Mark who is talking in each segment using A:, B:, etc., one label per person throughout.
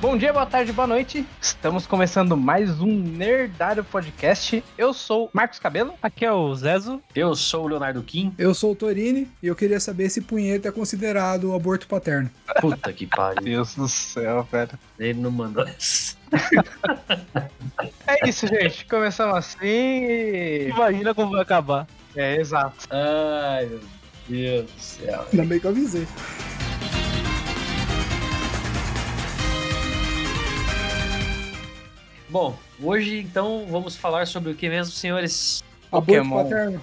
A: Bom dia, boa tarde, boa noite. Estamos começando mais um Nerdário Podcast. Eu sou Marcos Cabelo.
B: Aqui é o Zezo.
C: Eu sou o Leonardo Kim.
D: Eu sou o Torini e eu queria saber se punheta é considerado aborto paterno.
C: Puta que pariu.
A: Deus do céu, velho.
C: Ele não mandou essa.
A: É isso, gente. Começamos assim e...
B: Imagina como vai acabar.
A: É, exato.
C: Ai, meu Deus do céu.
D: Ainda bem que eu avisei.
C: Bom, hoje então vamos falar sobre o que mesmo, senhores?
D: Aborto
A: Pokémon.
D: paterno.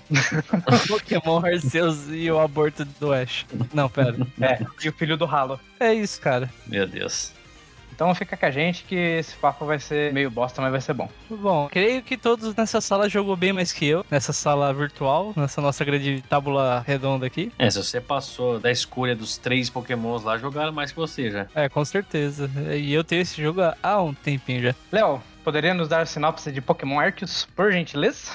B: Pokémon Arceus e o aborto do Ash. Não, pera.
A: É, e o filho do ralo.
B: É isso, cara.
C: Meu Deus.
A: Então fica com a gente que esse papo vai ser meio bosta, mas vai ser bom.
B: Bom, creio que todos nessa sala jogou bem mais que eu. Nessa sala virtual, nessa nossa grande tábula redonda aqui.
C: É, se você passou da escolha dos três pokémons lá, jogaram mais que você já.
B: É, com certeza. E eu tenho esse jogo há um tempinho já.
A: Léo, poderia nos dar a sinopse de Pokémon Arceus, por gentileza?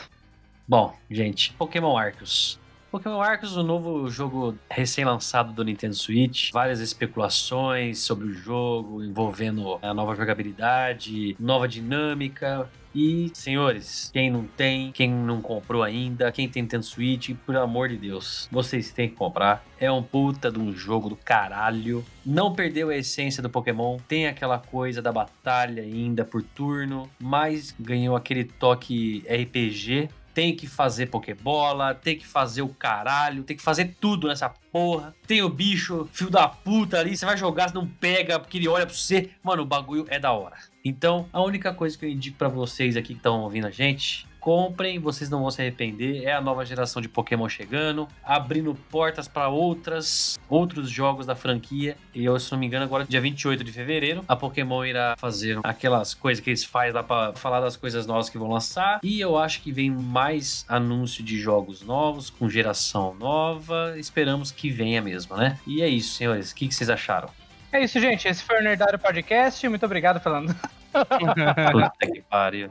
C: Bom, gente, Pokémon Arceus. Pokémon Arceus, o novo jogo recém-lançado do Nintendo Switch. Várias especulações sobre o jogo, envolvendo a nova jogabilidade, nova dinâmica. E, senhores, quem não tem, quem não comprou ainda, quem tem Nintendo Switch, por amor de Deus, vocês têm que comprar. É um puta de um jogo do caralho. Não perdeu a essência do Pokémon, tem aquela coisa da batalha ainda por turno, mas ganhou aquele toque RPG tem que fazer Pokébola, tem que fazer o caralho, tem que fazer tudo nessa porra. Tem o bicho, filho da puta ali, você vai jogar, você não pega, porque ele olha pra você. Mano, o bagulho é da hora. Então, a única coisa que eu indico pra vocês aqui que estão ouvindo a gente. Comprem, vocês não vão se arrepender. É a nova geração de Pokémon chegando, abrindo portas para outras, outros jogos da franquia. E eu, se não me engano, agora dia 28 de fevereiro, a Pokémon irá fazer aquelas coisas que eles fazem lá pra falar das coisas novas que vão lançar. E eu acho que vem mais anúncio de jogos novos, com geração nova. Esperamos que venha mesmo, né? E é isso, senhores. O que, que vocês acharam?
A: É isso, gente. Esse foi o Nerdário Podcast. Muito obrigado, Fernando.
C: Puta que pariu.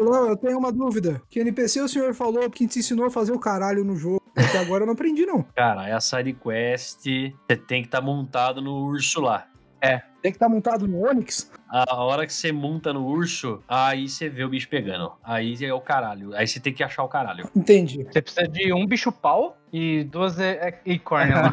D: Léo, "Ah, eu tenho uma dúvida. Que NPC o senhor falou que te ensinou a fazer o caralho no jogo? Até agora eu não aprendi, não.
C: Cara, é a side quest. Você tem que estar montado no urso lá.
D: Tem que estar montado no Onix?
C: A hora que você monta no urso, aí você vê o bicho pegando. Aí é o caralho. Aí você tem que achar o caralho.
D: Entendi.
A: Você precisa de um bicho pau e duas é, e- e- icórnio lá.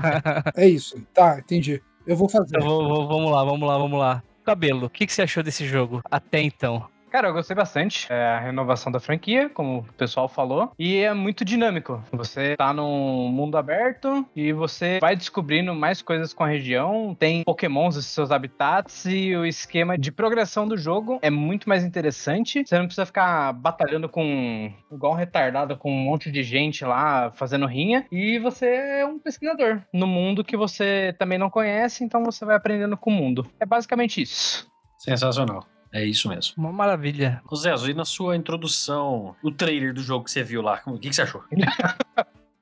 D: É isso. Tá, entendi. Eu vou fazer.
B: Então, vou- vou- vamos lá, vamos lá, vamos lá. Cabelo, o que, que você achou desse jogo até então?
A: Cara, eu gostei bastante. É a renovação da franquia, como o pessoal falou. E é muito dinâmico. Você tá num mundo aberto e você vai descobrindo mais coisas com a região. Tem pokémons nos seus habitats e o esquema de progressão do jogo é muito mais interessante. Você não precisa ficar batalhando com igual um retardado com um monte de gente lá fazendo rinha. E você é um pesquisador no mundo que você também não conhece, então você vai aprendendo com o mundo. É basicamente isso.
C: Sensacional. É isso mesmo.
B: Uma maravilha.
C: Ô Zé, e na sua introdução, o trailer do jogo que você viu lá, como- o que, que você achou?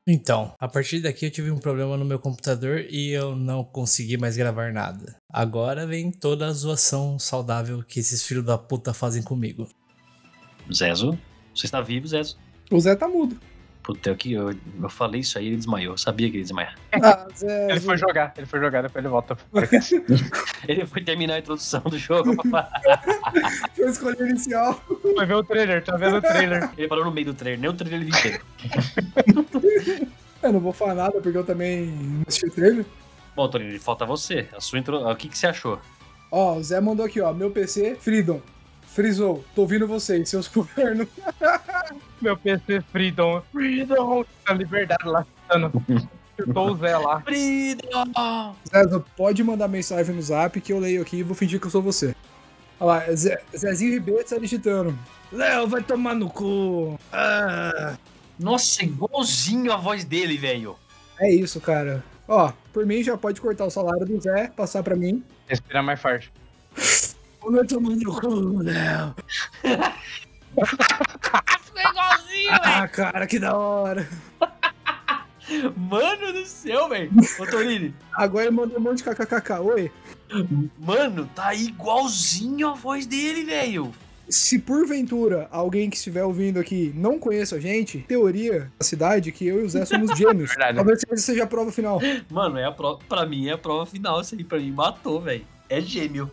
E: Então, a partir daqui eu tive um problema no meu computador e eu não consegui mais gravar nada. Agora vem toda a zoação saudável que esses filhos da puta fazem comigo.
C: Zezo, você está vivo, Zezo?
D: O Zé tá mudo.
C: Puta, eu, que- eu, eu falei isso aí, ele desmaiou. Eu sabia que ele ia desmaiar.
D: Ah, Zé.
A: Ele foi jogar, ele foi jogar, depois ele volta.
C: Ele foi terminar a introdução do jogo. pra falar.
D: Eu escolhi o inicial.
A: Foi ver o trailer, tá vendo o trailer.
C: ele parou no meio do trailer, nem o trailer ele viu inteiro.
D: Eu não vou falar nada porque eu também não assisti o trailer.
C: Bom, Toninho, falta você. A sua intro... O que, que você achou?
D: Ó, o Zé mandou aqui, ó. Meu PC, Freedom. Frisou. Tô ouvindo vocês, seus governos.
A: Meu PC Freedom. Freedom! A liberdade lá cantando. Chutou o Zé lá.
C: Freedom!
D: Zé, pode mandar mensagem no zap que eu leio aqui e vou fingir que eu sou você. Olha lá, Zé, Zezinho Ribeiro está digitando. Léo, vai tomar no cu.
C: Nossa, é igualzinho a voz dele, velho.
D: É isso, cara. Ó, por mim já pode cortar o salário do Zé, passar pra mim.
A: Respira mais forte.
D: Ô, meu tomando no cu, Léo.
C: Igualzinho!
D: Ah, cara, que da hora.
C: Mano do céu, velho. Ô, Torini,
D: Agora ele mandou um monte de kkkk. Oi?
C: mano, tá igualzinho a voz dele, velho.
D: Se porventura alguém que estiver ouvindo aqui não conhece a gente, teoria da cidade que eu e o Zé somos gêmeos.
A: Verdade.
D: Talvez essa seja a prova final.
C: Mano, é a prova, pra mim é a prova final. Isso aí pra mim matou, velho. É gêmeo.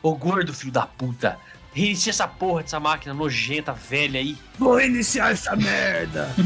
C: Ô gordo, filho da puta. Reinicia essa porra dessa máquina nojenta, velha aí.
D: Vou iniciar essa merda!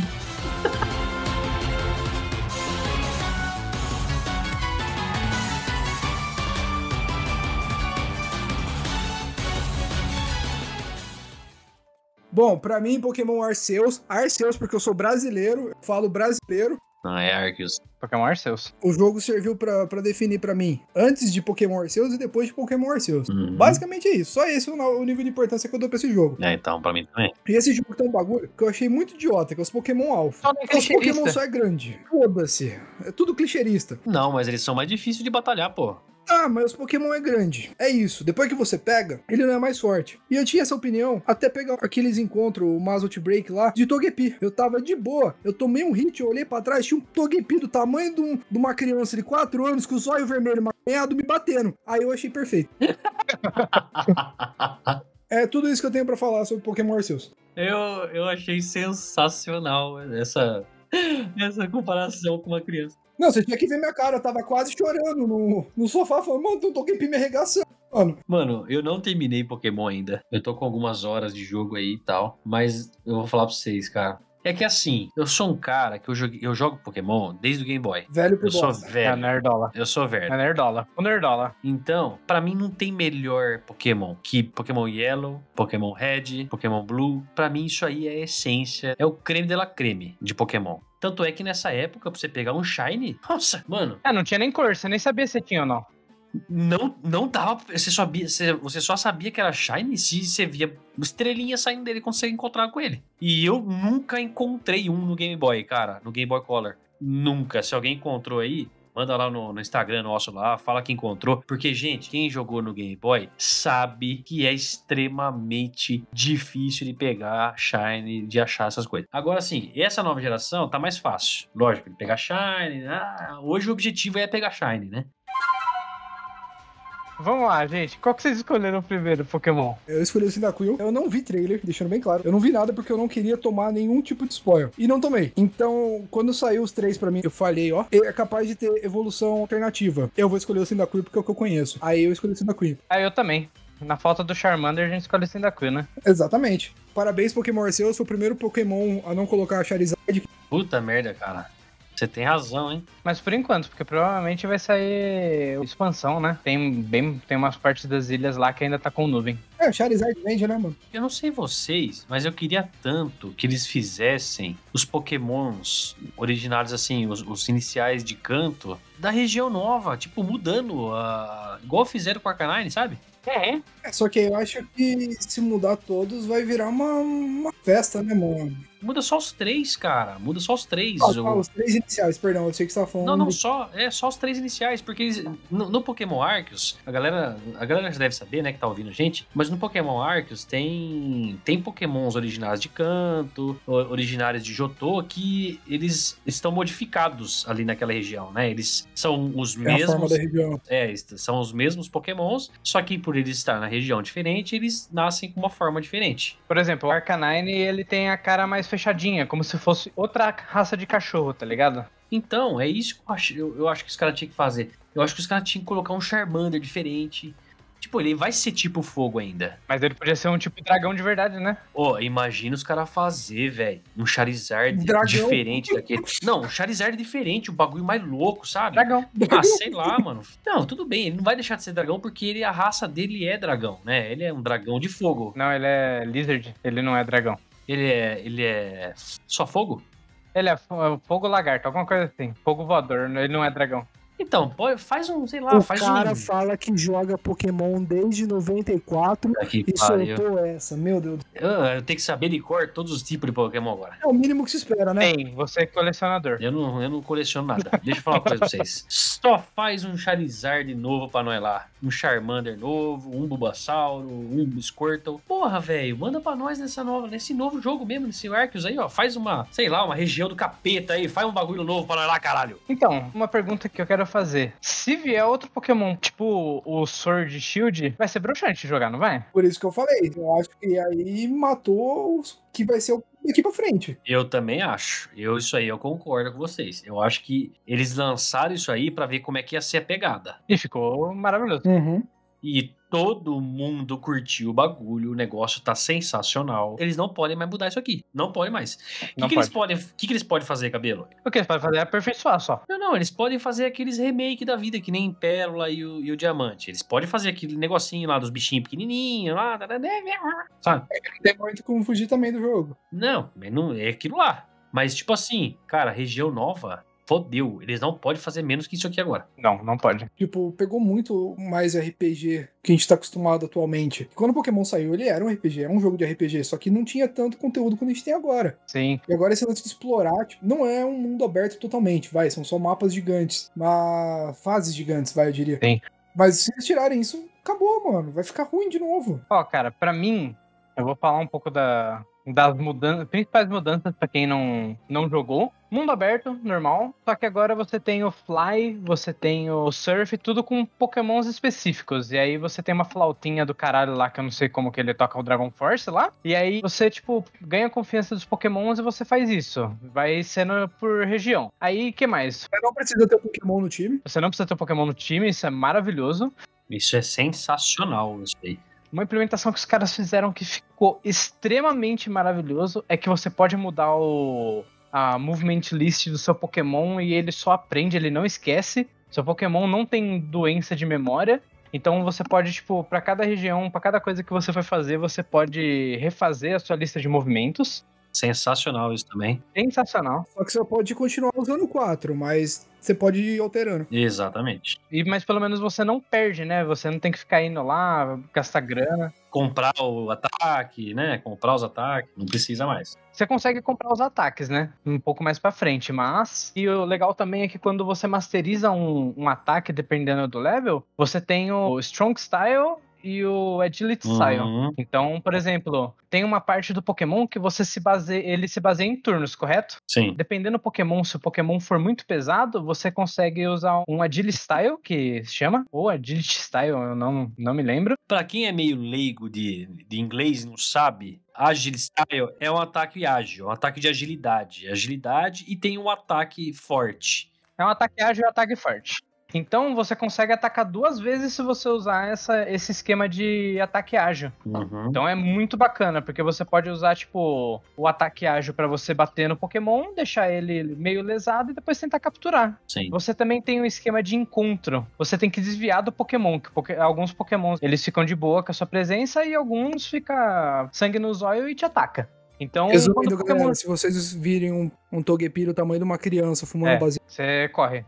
D: Bom, pra mim, Pokémon Arceus, Arceus porque eu sou brasileiro, eu falo brasileiro.
C: Não, é Arceus.
A: Pokémon Arceus.
D: O jogo serviu pra pra definir pra mim antes de Pokémon Arceus e depois de Pokémon Arceus.
C: Uhum.
D: Basicamente é isso, só esse é o o nível de importância que eu dou pra esse jogo.
C: É, então, pra mim também.
D: E esse jogo tem um bagulho que eu achei muito idiota, que é os Pokémon Alpha.
A: Só não é
D: Os Pokémon
A: clicheísta.
D: só é grande. Foda-se. É tudo clicheirista.
C: Não, mas eles são mais difíceis de batalhar, pô.
D: Ah, mas os Pokémon é grande. É isso. Depois que você pega, ele não é mais forte. E eu tinha essa opinião até pegar aqueles encontros, o Mazot Break lá, de Togepi. Eu tava de boa. Eu tomei um hit, eu olhei pra trás, tinha um Togepi do tamanho de, um- de uma criança de 4 anos, com os olhos vermelhos maconhados, me batendo. Aí eu achei perfeito. É tudo isso que eu tenho pra falar sobre Pokémon Arceus.
C: eu, eu achei sensacional essa, essa comparação com uma criança.
D: Não, você tinha que ver minha cara, eu tava quase chorando no, no sofá, falando, mano, tem um Togepi me arregaçando, mano.
C: Mano, eu não terminei Pokémon ainda. Eu tô com algumas horas de jogo aí e tal. Mas eu vou falar pra vocês, cara. É que assim, eu sou um cara que eu, joguei, eu jogo Pokémon desde o Game Boy.
D: Velho pro
C: Eu sou
D: bosta.
A: É a
C: velho.
A: nerdola.
C: Eu sou velho.
A: É a nerdola. O nerdola.
C: Então, pra mim não tem melhor Pokémon que Pokémon Yellow, Pokémon Red, Pokémon Blue. Pra mim isso aí é a essência, é o creme de la creme de Pokémon. Tanto é que nessa época, pra você pegar um Shiny, nossa, mano,
A: É, não tinha nem cor, você nem sabia se tinha ou não.
C: não, não dava. Você só, via- você- você só sabia que era Shiny se você via estrelinha saindo dele quando você encontrava com ele. E eu nunca encontrei um no Game Boy, cara, no Game Boy Color. Nunca. Se alguém encontrou aí, manda lá no, no Instagram nosso lá, fala que encontrou. Porque, gente, quem jogou no Game Boy sabe que é extremamente difícil de pegar Shine, de achar essas coisas. Agora, sim, essa nova geração tá mais fácil. Lógico, de pegar Shine. ah, hoje o objetivo é pegar Shine, né?
A: Vamos lá, gente. Qual que vocês escolheram primeiro, Pokémon?
D: Eu escolhi o Cyndaquil. Eu não vi trailer, deixando bem claro. Eu não vi nada porque eu não queria tomar nenhum tipo de spoiler. E não tomei. Então, quando saiu os três pra mim, eu falei, ó, é capaz de ter evolução alternativa. Eu vou escolher o Cyndaquil porque é o que eu conheço. Aí eu escolhi o Cyndaquil.
A: Ah, eu também. Na falta do Charmander, a gente escolhe o Cyndaquil, né?
D: Exatamente. Parabéns, Pokémon Arceus. Foi o primeiro Pokémon a não colocar Charizard.
C: Puta merda, cara. Você tem razão, hein?
A: Mas por enquanto, porque provavelmente vai sair expansão, né? Tem, bem, tem umas partes das ilhas lá que ainda tá com nuvem.
D: É, Charizard vende, né, mano?
C: Eu não sei vocês, mas eu queria tanto que eles fizessem os pokémons originários, assim, os, os iniciais de canto, da região nova, tipo, mudando, a... igual fizeram com a Arcanine, sabe?
A: É.
D: É, só que eu acho que se mudar todos vai virar uma, uma festa, né, mano?
C: Muda só os três, cara. Muda só os três.
D: Ah,
C: o-
D: tá, os três iniciais, perdão. Eu sei que você tá falando.
C: Não, não, só, é só os três iniciais, porque eles- no, no Pokémon Arceus, a galera, a galera já deve saber, né, que tá ouvindo a gente, mas no Pokémon Arceus tem tem Pokémons originários de Canto, o- originários de Jotô, que eles estão modificados ali naquela região, né? Eles são os
D: É a forma
C: mesmos,
D: da região.
C: é, est- são os mesmos Pokémons, só que por eles estar na região diferente, eles nascem com uma forma diferente.
A: Por exemplo, o Arcanine, ele tem a cara mais fechadinha, como se fosse outra raça de cachorro, tá ligado?
C: Então, é isso que eu acho, eu, eu acho que os caras tinham que fazer. Eu acho que os caras tinham que colocar um Charmander diferente. Tipo, ele vai ser tipo fogo ainda.
A: Mas ele podia ser um tipo dragão de verdade, né?
C: Ó, imagina os caras fazer, velho, um Charizard
D: Dragão.
C: diferente daquele. Não, um Charizard diferente, um bagulho mais louco, sabe?
A: Dragão.
C: Ah, sei lá, mano. Não, tudo bem, ele não vai deixar de ser dragão porque ele, a raça dele é dragão, né? Ele é um dragão de fogo.
A: Não, ele é lizard, ele não é dragão.
C: Ele é, ele é só fogo?
A: Ele é fo- é fogo lagarto, alguma coisa assim. Fogo voador, ele não é dragão.
C: Então, pô, faz um, sei lá, faz um...
D: fala que joga Pokémon desde 94
C: Puta que pariu.
D: essa, meu Deus.
C: Ah, eu tenho que saber de cor todos os tipos de Pokémon agora.
D: É o mínimo que se espera, né?
A: Tem, você é colecionador.
C: Eu não, eu não coleciono nada. Deixa eu falar uma coisa pra vocês. Só faz um Charizard novo pra nós lá. Um Charmander novo, um Bulbasauro, um Squirtle. Porra, velho, manda pra nós nessa nova, nesse novo jogo mesmo, nesse Arceus aí, ó. Faz uma, sei lá, uma região do capeta aí. Faz um bagulho novo pra nós lá, caralho.
A: Então, uma pergunta que eu quero fazer. Se vier outro Pokémon, tipo o Sword Shield, vai ser broxante jogar, não vai?
D: Por isso que eu falei. Eu acho que aí matou os que vai ser o daqui pra frente.
C: Eu também acho. Eu isso aí eu concordo com vocês. Eu acho que eles lançaram isso aí pra ver como é que ia ser a pegada.
A: E ficou maravilhoso.
D: Uhum.
C: E todo mundo curtiu o bagulho, o negócio tá sensacional. Eles não podem mais mudar isso aqui. Não podem mais. O que,
A: Não
C: que eles podem, que, que eles podem fazer, cabelo?
A: O que eles podem fazer é aperfeiçoar só.
C: Não, não, eles podem fazer aqueles remake da vida, que nem Pérola e o, e o Diamante. Eles podem fazer aquele negocinho lá dos bichinhos pequenininhos, lá, tadadá, sabe?
D: Tem muito como fugir também do jogo.
C: Não, mas não é aquilo lá. Mas, tipo assim, cara, região nova, fodeu. Eles não podem fazer menos que isso aqui agora.
A: Não, não pode.
D: Tipo, pegou muito mais RPG que a gente tá acostumado atualmente. Quando o Pokémon saiu, ele era um RPG, era um jogo de RPG, só que não tinha tanto conteúdo quanto a gente tem agora.
A: Sim.
D: E agora esse lance de explorar, tipo, não é um mundo aberto totalmente, vai, são só mapas gigantes, mas fases gigantes, vai, eu diria.
A: Sim.
D: Mas se eles tirarem isso, acabou, mano, vai ficar ruim de novo.
A: Ó, cara, pra mim, eu vou falar um pouco da, das mudanças, principais mudanças pra quem não, não jogou. Mundo aberto, normal. Só que agora você tem o Fly, você tem o Surf, tudo com pokémons específicos. E aí você tem uma flautinha do caralho lá, que eu não sei como que ele toca o Dragon Force lá. E aí você, tipo, ganha a confiança dos pokémons e você faz isso. Vai sendo por região. Aí, que mais?
D: Mas não precisa ter um Pokémon no time.
A: Você não precisa ter pokémon no time, isso é maravilhoso.
C: Isso é sensacional, isso aí.
A: Uma implementação que os caras fizeram que ficou extremamente maravilhoso é que você pode mudar o a movement list do seu Pokémon e ele só aprende, ele não esquece. Seu Pokémon não tem doença de memória. Então você pode, tipo, para cada região, para cada coisa que você vai fazer, você pode refazer a sua lista de movimentos.
C: Sensacional isso também.
A: Sensacional.
D: Só que você pode continuar usando o 4, mas você pode ir alterando.
C: Exatamente.
A: E mas pelo menos você não perde, né? Você não tem que ficar indo lá gastar grana.
C: Comprar o ataque, né? Comprar os ataques, não precisa mais.
A: Você consegue comprar os ataques, né? Um pouco mais pra frente, mas. E o legal também é que quando você masteriza um, um ataque, dependendo do level, você tem o Strong Style e o Agility Style.
C: Uhum.
A: Então, por exemplo, tem uma parte do Pokémon que você se baseia, ele se baseia em turnos, correto?
C: Sim.
A: Dependendo do Pokémon, se o Pokémon for muito pesado, você consegue usar um Agility Style, que se chama, ou Agility Style, eu não, não me lembro.
C: Pra quem é meio leigo de, de inglês e não sabe, Agile Style é um ataque ágil, um ataque de agilidade. Agilidade e tem um ataque forte.
A: É um ataque ágil e um ataque forte. Então você consegue atacar duas vezes se você usar essa, esse esquema de ataque ágil. Então é muito bacana, porque você pode usar, tipo, o ataque ágil pra você bater no Pokémon, deixar ele meio lesado e depois tentar capturar.
C: Sim.
A: Você também tem um esquema de encontro. Você tem que desviar do Pokémon, que poké- alguns Pokémons eles ficam de boa com a sua presença e alguns fica sangue nos olhos e te ataca. Então,
D: Resumindo,
A: quando o Pokémon
D: galera, se vocês virem um, um Togepi do tamanho de uma criança fumando um
A: É.
D: base...
A: você corre.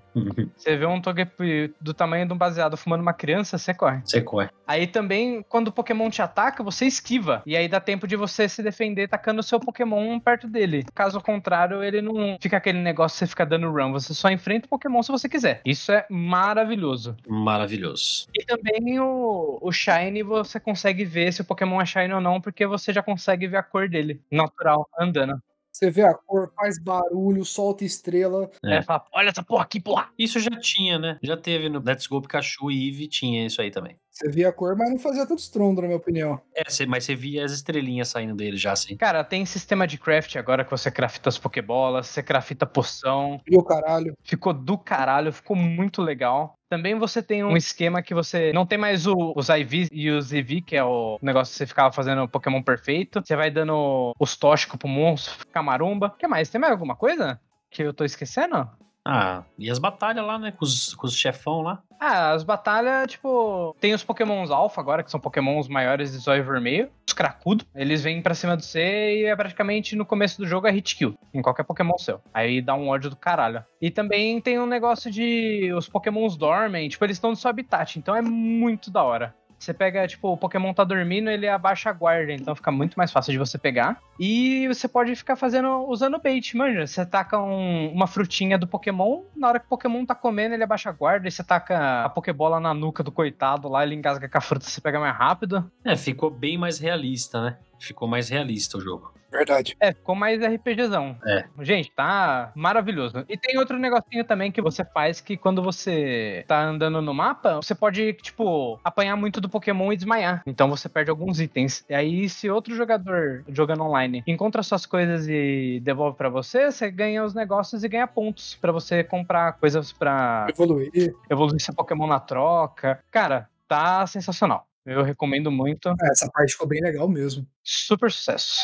A: Você vê um Togepi do tamanho de um baseado fumando uma criança, você corre.
C: Você corre.
A: Aí também, quando o Pokémon te ataca, você esquiva. E aí dá tempo de você se defender tacando o seu Pokémon perto dele. Caso contrário, ele não fica aquele negócio de você ficar dando run. Você só enfrenta o Pokémon se você quiser. Isso é maravilhoso.
C: Maravilhoso.
A: E também o, o Shine, você consegue ver se o Pokémon é Shine ou não, porque você já consegue ver a cor dele natural andando.
D: Você vê a cor, faz barulho, solta estrela.
C: É.
A: Aí fala, olha essa porra aqui, porra!
C: Isso já tinha, né? Já teve no Let's Go Pikachu e Eevee tinha isso aí também.
D: Você vê a cor, mas não fazia tanto estrondo, na minha opinião.
C: É, cê- mas você via as estrelinhas saindo dele já, assim.
A: Cara, tem sistema de craft agora que você crafta as Pokébolas, você crafta poção.
D: E o caralho.
A: Ficou do caralho, ficou muito legal. Também você tem um esquema que você não tem mais o- os IVs e os EV, que é o negócio que você ficava fazendo Pokémon perfeito. Você vai dando os tóxicos pro monstro, fica marumba. O que mais? Tem mais alguma coisa que eu tô esquecendo?
C: Ah, e as batalhas lá, né? Com os, com os chefão lá.
A: Ah, as batalhas, tipo, tem os Pokémons Alpha agora, que são Pokémons maiores de zóio vermelho, os cracudo. Eles vêm pra cima do C e é praticamente no começo do jogo é hit kill em qualquer Pokémon seu. Aí dá um ódio do caralho. E também tem um negócio de os Pokémons dormem, tipo, eles estão no seu habitat, então é muito da hora. Você pega, tipo, o Pokémon tá dormindo, ele abaixa a guarda, então fica muito mais fácil de você pegar. E você pode ficar fazendo, usando bait, manja. Você taca um- uma frutinha do Pokémon, na hora que o Pokémon tá comendo, ele abaixa a guarda, e você taca a Pokébola na nuca do coitado lá, ele engasga com a fruta, você pega mais rápido.
C: É, ficou bem mais realista, né? Ficou mais realista o jogo.
D: Verdade.
A: É, ficou mais RPGzão.
C: É.
A: Gente, tá maravilhoso. E tem outro negocinho também que você faz que quando você tá andando no mapa, você pode, tipo, apanhar muito do Pokémon e desmaiar. Então você perde alguns itens. E aí, se outro jogador jogando online encontra suas coisas e devolve pra você, você ganha os negócios e ganha pontos pra você comprar coisas pra
D: Evoluir.
A: evoluir seu Pokémon na troca. Cara, tá sensacional. Eu recomendo muito.
D: É, Essa parte ficou bem legal mesmo.
A: Super sucesso.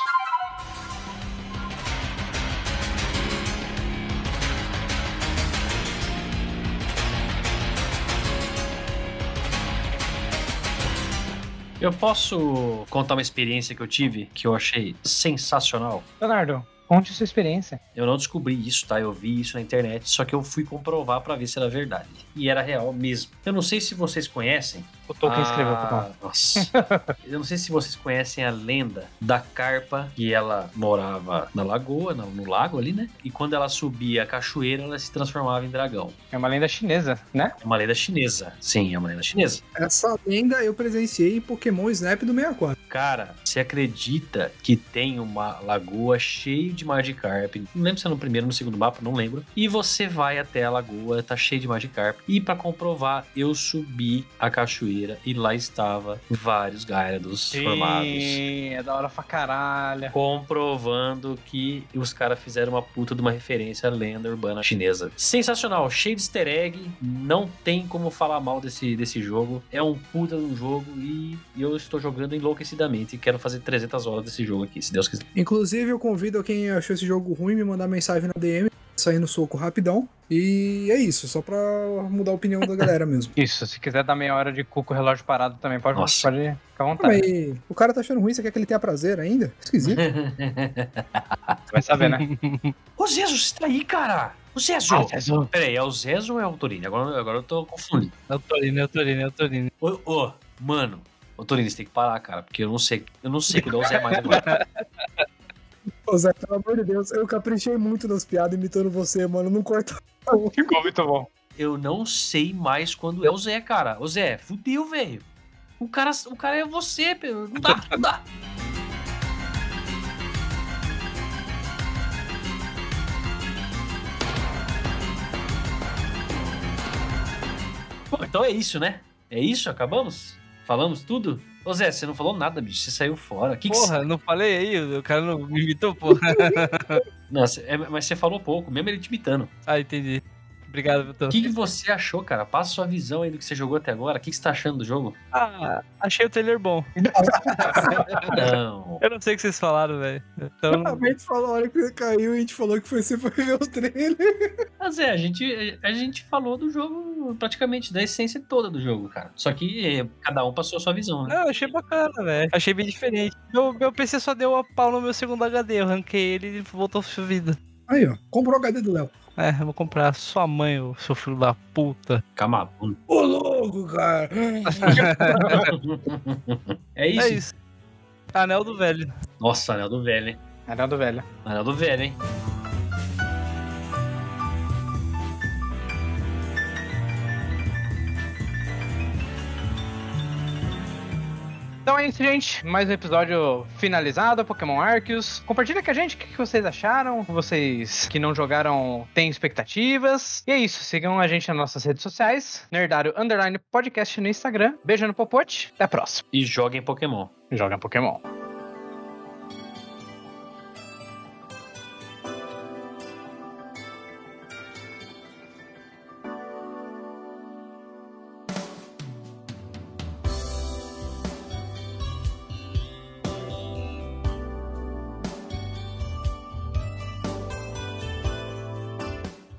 C: Eu posso contar uma experiência que eu tive que eu achei sensacional?
A: Leonardo, conte sua experiência.
C: Eu não descobri isso, tá? Eu vi isso na internet, só que eu fui comprovar pra ver se era verdade. E era real mesmo. Eu não sei se vocês conhecem.
A: O Tolkien
C: Ah,
A: escreveu, tá Tocão.
C: Nossa. eu não sei se vocês conhecem a lenda da carpa que ela morava na lagoa, no, no lago ali, né? E quando ela subia a cachoeira, ela se transformava em dragão.
A: É uma lenda chinesa, né?
C: É uma lenda chinesa. Sim, é uma lenda chinesa.
D: Essa lenda eu presenciei em Pokémon Snap do 64.
C: Cara, você acredita que tem uma lagoa cheia de Magikarp? Não lembro se é no primeiro ou no segundo mapa, não lembro. E você vai até a lagoa, tá cheio de Magikarp. E pra comprovar, eu subi a cachoeira e lá estava vários Gyarados formados.
A: Sim, é da hora pra caralho.
C: Comprovando que os caras fizeram uma puta de uma referência à lenda urbana chinesa. Sensacional, cheio de easter egg. Não tem como falar mal desse, desse jogo. É um puta de um jogo e eu estou jogando enlouquecidamente. Quero fazer 300 horas desse jogo aqui, se Deus quiser.
D: Inclusive, eu convido a quem achou esse jogo ruim me mandar mensagem na DM, sair no soco rapidão. E é isso, só pra mudar a opinião da galera mesmo.
A: Isso, se quiser dar meia hora de cu com o relógio parado também, pode, pode
C: Nossa.
A: ficar à
D: Ah,
A: vontade.
D: mas o cara tá achando ruim, você quer que ele tenha prazer ainda? Esquisito.
A: Vai saber, né?
C: Ô Zezo, você tá aí, cara! O Zezo!
A: Ah, Jesus.
C: Peraí, é o Zezo ou é o Torini? Agora, agora eu tô confundindo.
B: É o Torino, é o Torino, é o Torino.
C: Ô, ô, mano. Ô, Torini, você tem que parar, cara, porque eu não sei, eu não sei cuidar o Zé mais agora.
D: Ô, Zé, pelo amor de Deus, eu caprichei muito nas piadas imitando você, mano. Não corta.
A: Ficou muito bom.
C: Eu não sei mais quando é o Zé, cara. Ô, Zé, fudeu, velho. O cara, o cara é você, Pedro. Não dá, não dá. Bom, então é isso, né? É isso? Acabamos? Falamos tudo? Ô Zé, você não falou nada, bicho. Você saiu fora. Que que você-
B: Porra, não falei aí, o cara não me imitou, porra.
C: Não, você- é, mas você falou pouco, mesmo ele te imitando.
B: ah, entendi. Obrigado, Vitor.
C: O que, que você achou, cara? Passa sua visão aí do que você jogou até agora. O que, que você tá achando do jogo?
B: Ah, achei o trailer bom.
C: Não.
B: Eu não sei o que vocês falaram, velho. Então,
D: A gente falou a hora que você caiu e a gente falou que foi, você foi ver o trailer.
C: Mas é, a gente, a gente falou do jogo, praticamente da essência toda do jogo, cara. Só que eh, cada um passou a sua visão, né?
B: não, Ah, achei bacana, velho. Achei bem diferente. Meu, meu PC só deu a pau no meu segundo HD. Eu ranquei ele e voltou a vida.
D: Aí, ó. Comprou o HD do Léo.
B: É, eu vou comprar sua mãe, ô, seu filho da puta.
C: Camabundo.
D: Ô, louco, cara.
C: é, isso.
B: É isso. Anel do velho.
C: Nossa, anel do velho, hein?
A: Anel do velho.
C: Anel do velho, hein?
A: Então é isso, gente. Mais um episódio finalizado, Pokémon Arceus. Compartilha com a gente o que que vocês acharam. Vocês que não jogaram têm expectativas. E é isso. Sigam a gente nas nossas redes sociais. Nerdário Underline Podcast no Instagram. Beijo no popote. Até a próxima.
C: E joga em Pokémon.
A: Joga Pokémon.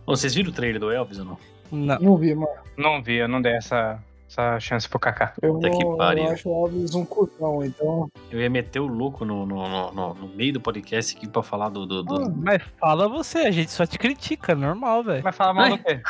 C: Ô, vocês viram o trailer do Elvis ou não?
B: Não.
D: Não vi, mano.
A: Não vi, eu não dei essa, essa chance pro Kaká.
D: Eu,
C: Puta que
D: vou-
C: pariu.
D: eu acho o Alves um cuzão, então.
C: Eu ia meter o louco no, no, no, no- no meio do podcast aqui pra falar do. do, do-
B: Mas fala você, a gente só te critica, normal, velho.
A: Vai falar mal
C: Ai.
A: do quê?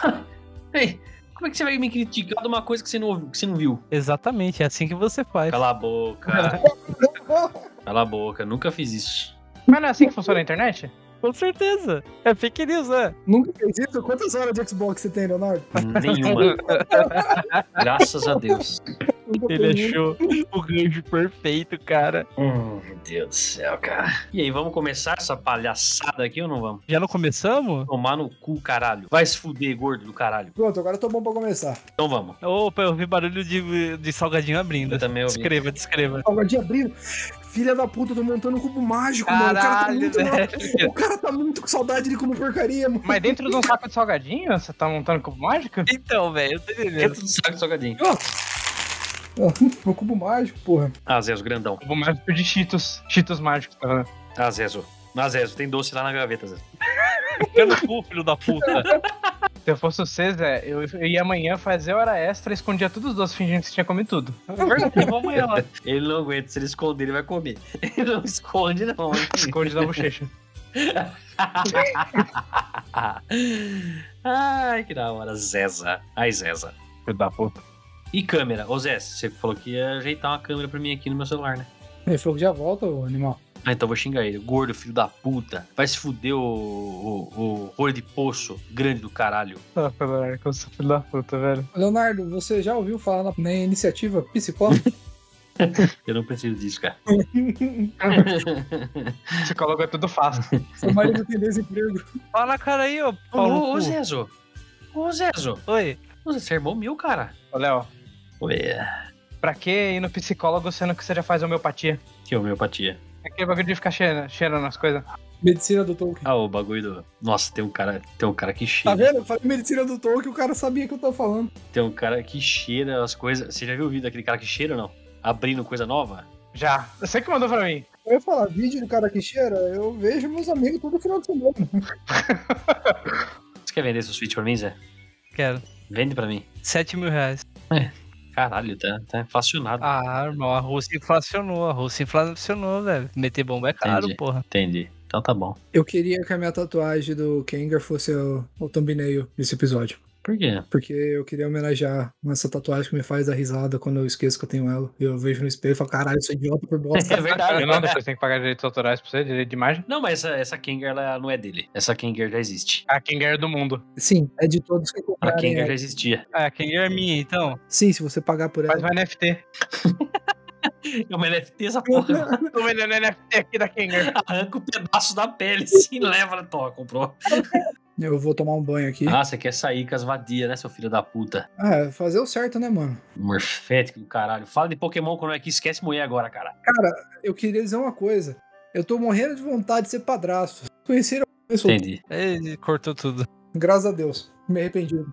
C: Ei, como é que você vai me criticar de uma coisa que você não, ouviu- que você não viu?
B: Exatamente, é assim que você faz.
C: Cala a boca. Cala a boca. Nunca fiz isso.
A: Mas não é assim que funciona a internet?
B: Com certeza. É fake news, né?
D: Nunca fez isso? É, Quantas horas de Xbox você tem, Leonardo?
C: Nenhuma. Graças a Deus.
B: Ele é achou o gancho perfeito, cara.
C: Hum, meu Deus do céu, cara. E aí, vamos começar essa palhaçada aqui ou não vamos?
B: Já não começamos?
C: Tomar no cu, caralho. Vai se fuder, gordo do caralho.
D: Pronto, agora eu tô bom pra começar.
C: Então vamos.
B: Opa, eu vi barulho de, de salgadinho abrindo.
C: Eu também ouvi.
B: Descreva, descreva.
D: Salgadinho abrindo. Filha da puta, eu tô montando um cubo mágico, mano. O cara tá
B: Caralho,
D: muito.
B: velho.
D: O cara tá muito com saudade de como porcaria, mano.
A: Mas dentro de um saco de salgadinho, você tá montando cubo mágico?
B: Então, velho, eu tô entendendo.
C: Dentro do saco de salgadinho.
D: Meu cubo mágico, porra.
C: Azezo, Ah, grandão. Ah,
A: Cubo mágico de Cheetos. Cheetos mágicos, tá vendo?
C: Azezo. Azezo, tem doce lá na gaveta, Azezo.
B: Fica no cu, filho da puta.
A: Se eu fosse você, Zé, eu eu ia amanhã fazer hora extra e escondia todos os doces fingindo que você tinha comido tudo.
B: Verdade, vamos amanhã lá.
C: Ele não aguenta, se ele esconder, ele vai comer. Ele não esconde, não.
A: Esconde da bochecha.
C: Ai, que da hora, Zeza. Ai, Zeza.
A: Filho da puta.
C: E câmera? Ô, Zé, você falou que ia ajeitar uma câmera pra mim aqui no meu celular, né?
D: Ele falou que já volta, ô animal.
C: Ah, então eu vou xingar ele. Gordo, filho da puta. Vai se fuder, o, o, o olho de poço grande do caralho.
A: Ah, Pedro, que eu sou filho da puta, velho.
D: Leonardo, você já ouviu falar na, na iniciativa psicóloga?
C: Eu não preciso disso, cara.
A: Psicólogo é tudo fácil.
D: Seu marido tem desemprego.
B: Fala na cara aí, ô
C: Ô,
B: Paulo.
C: ô,
B: cu.
C: Zezo. Ô, Zezo.
B: Oi.
C: Ô, Zé, você é irmão meu, cara. é.
A: Ô, Léo,
C: Ué,
A: pra que ir no psicólogo sendo que você já faz homeopatia?
C: que homeopatia.
A: Aquele bagulho de ficar cheirando, cheirando as coisas.
D: Medicina do Tolkien.
C: Ah, o bagulho do... Nossa, tem um cara, tem um cara que
D: Tá
C: cheira.
D: vendo? Eu falei medicina do Tolkien, o cara sabia o que eu tava falando.
C: Tem um cara que cheira as coisas. Você já viu o vídeo daquele cara que cheira ou não? Abrindo coisa nova?
A: Já. Você que mandou pra mim.
D: Eu ia falar, vídeo do cara que cheira, eu vejo meus amigos todo final de semana.
C: Você quer vender seu Switch pra mim, Zé?
B: Quero.
C: Vende pra mim.
B: 7 mil reais.
C: Caralho, tá, tá inflacionado.
B: Ah, irmão, a Rússia inflacionou. A Rússia inflacionou, velho. Meter bomba é caro,
C: Entendi.
B: porra.
C: Entendi. Então tá bom.
D: Eu queria que a minha tatuagem do Kengar fosse o, o thumbnail desse episódio.
C: Por quê?
D: Porque eu queria homenagear essa tatuagem que me faz dar risada quando eu esqueço que eu tenho ela. E eu vejo no espelho e falo, caralho, eu sou idiota por bosta.
C: É verdade.
A: Não, depois tem que pagar direitos autorais pra você, direito de imagem.
C: Não, mas essa, essa Kengar ela não é dele. Essa Kengar já existe.
A: A Kinger do mundo.
D: Sim, é de todos que
C: A
D: comprarem
C: Kengar
D: ela.
C: já existia.
B: Ah, quem é minha, então?
D: Sim, se você pagar por
A: Faz
D: ela.
A: um NFT.
C: É uma NFT essa porra.
A: Tô vendendo NFT aqui da Kinger.
C: Arranca o pedaço da pele, assim, leva, toma, comprou.
D: Eu vou tomar um banho aqui.
C: Ah, você quer sair com as vadias, né, seu filho da puta?
D: Ah, fazer o certo, né, mano?
C: Morfético do caralho. Fala de Pokémon quando é que esquece mulher agora, cara.
D: Cara, eu queria dizer uma coisa. Eu tô morrendo de vontade de ser padrasto. Conheceram isso?
C: Entendi.
B: Ele cortou tudo.
D: Graças a Deus. Me arrependi.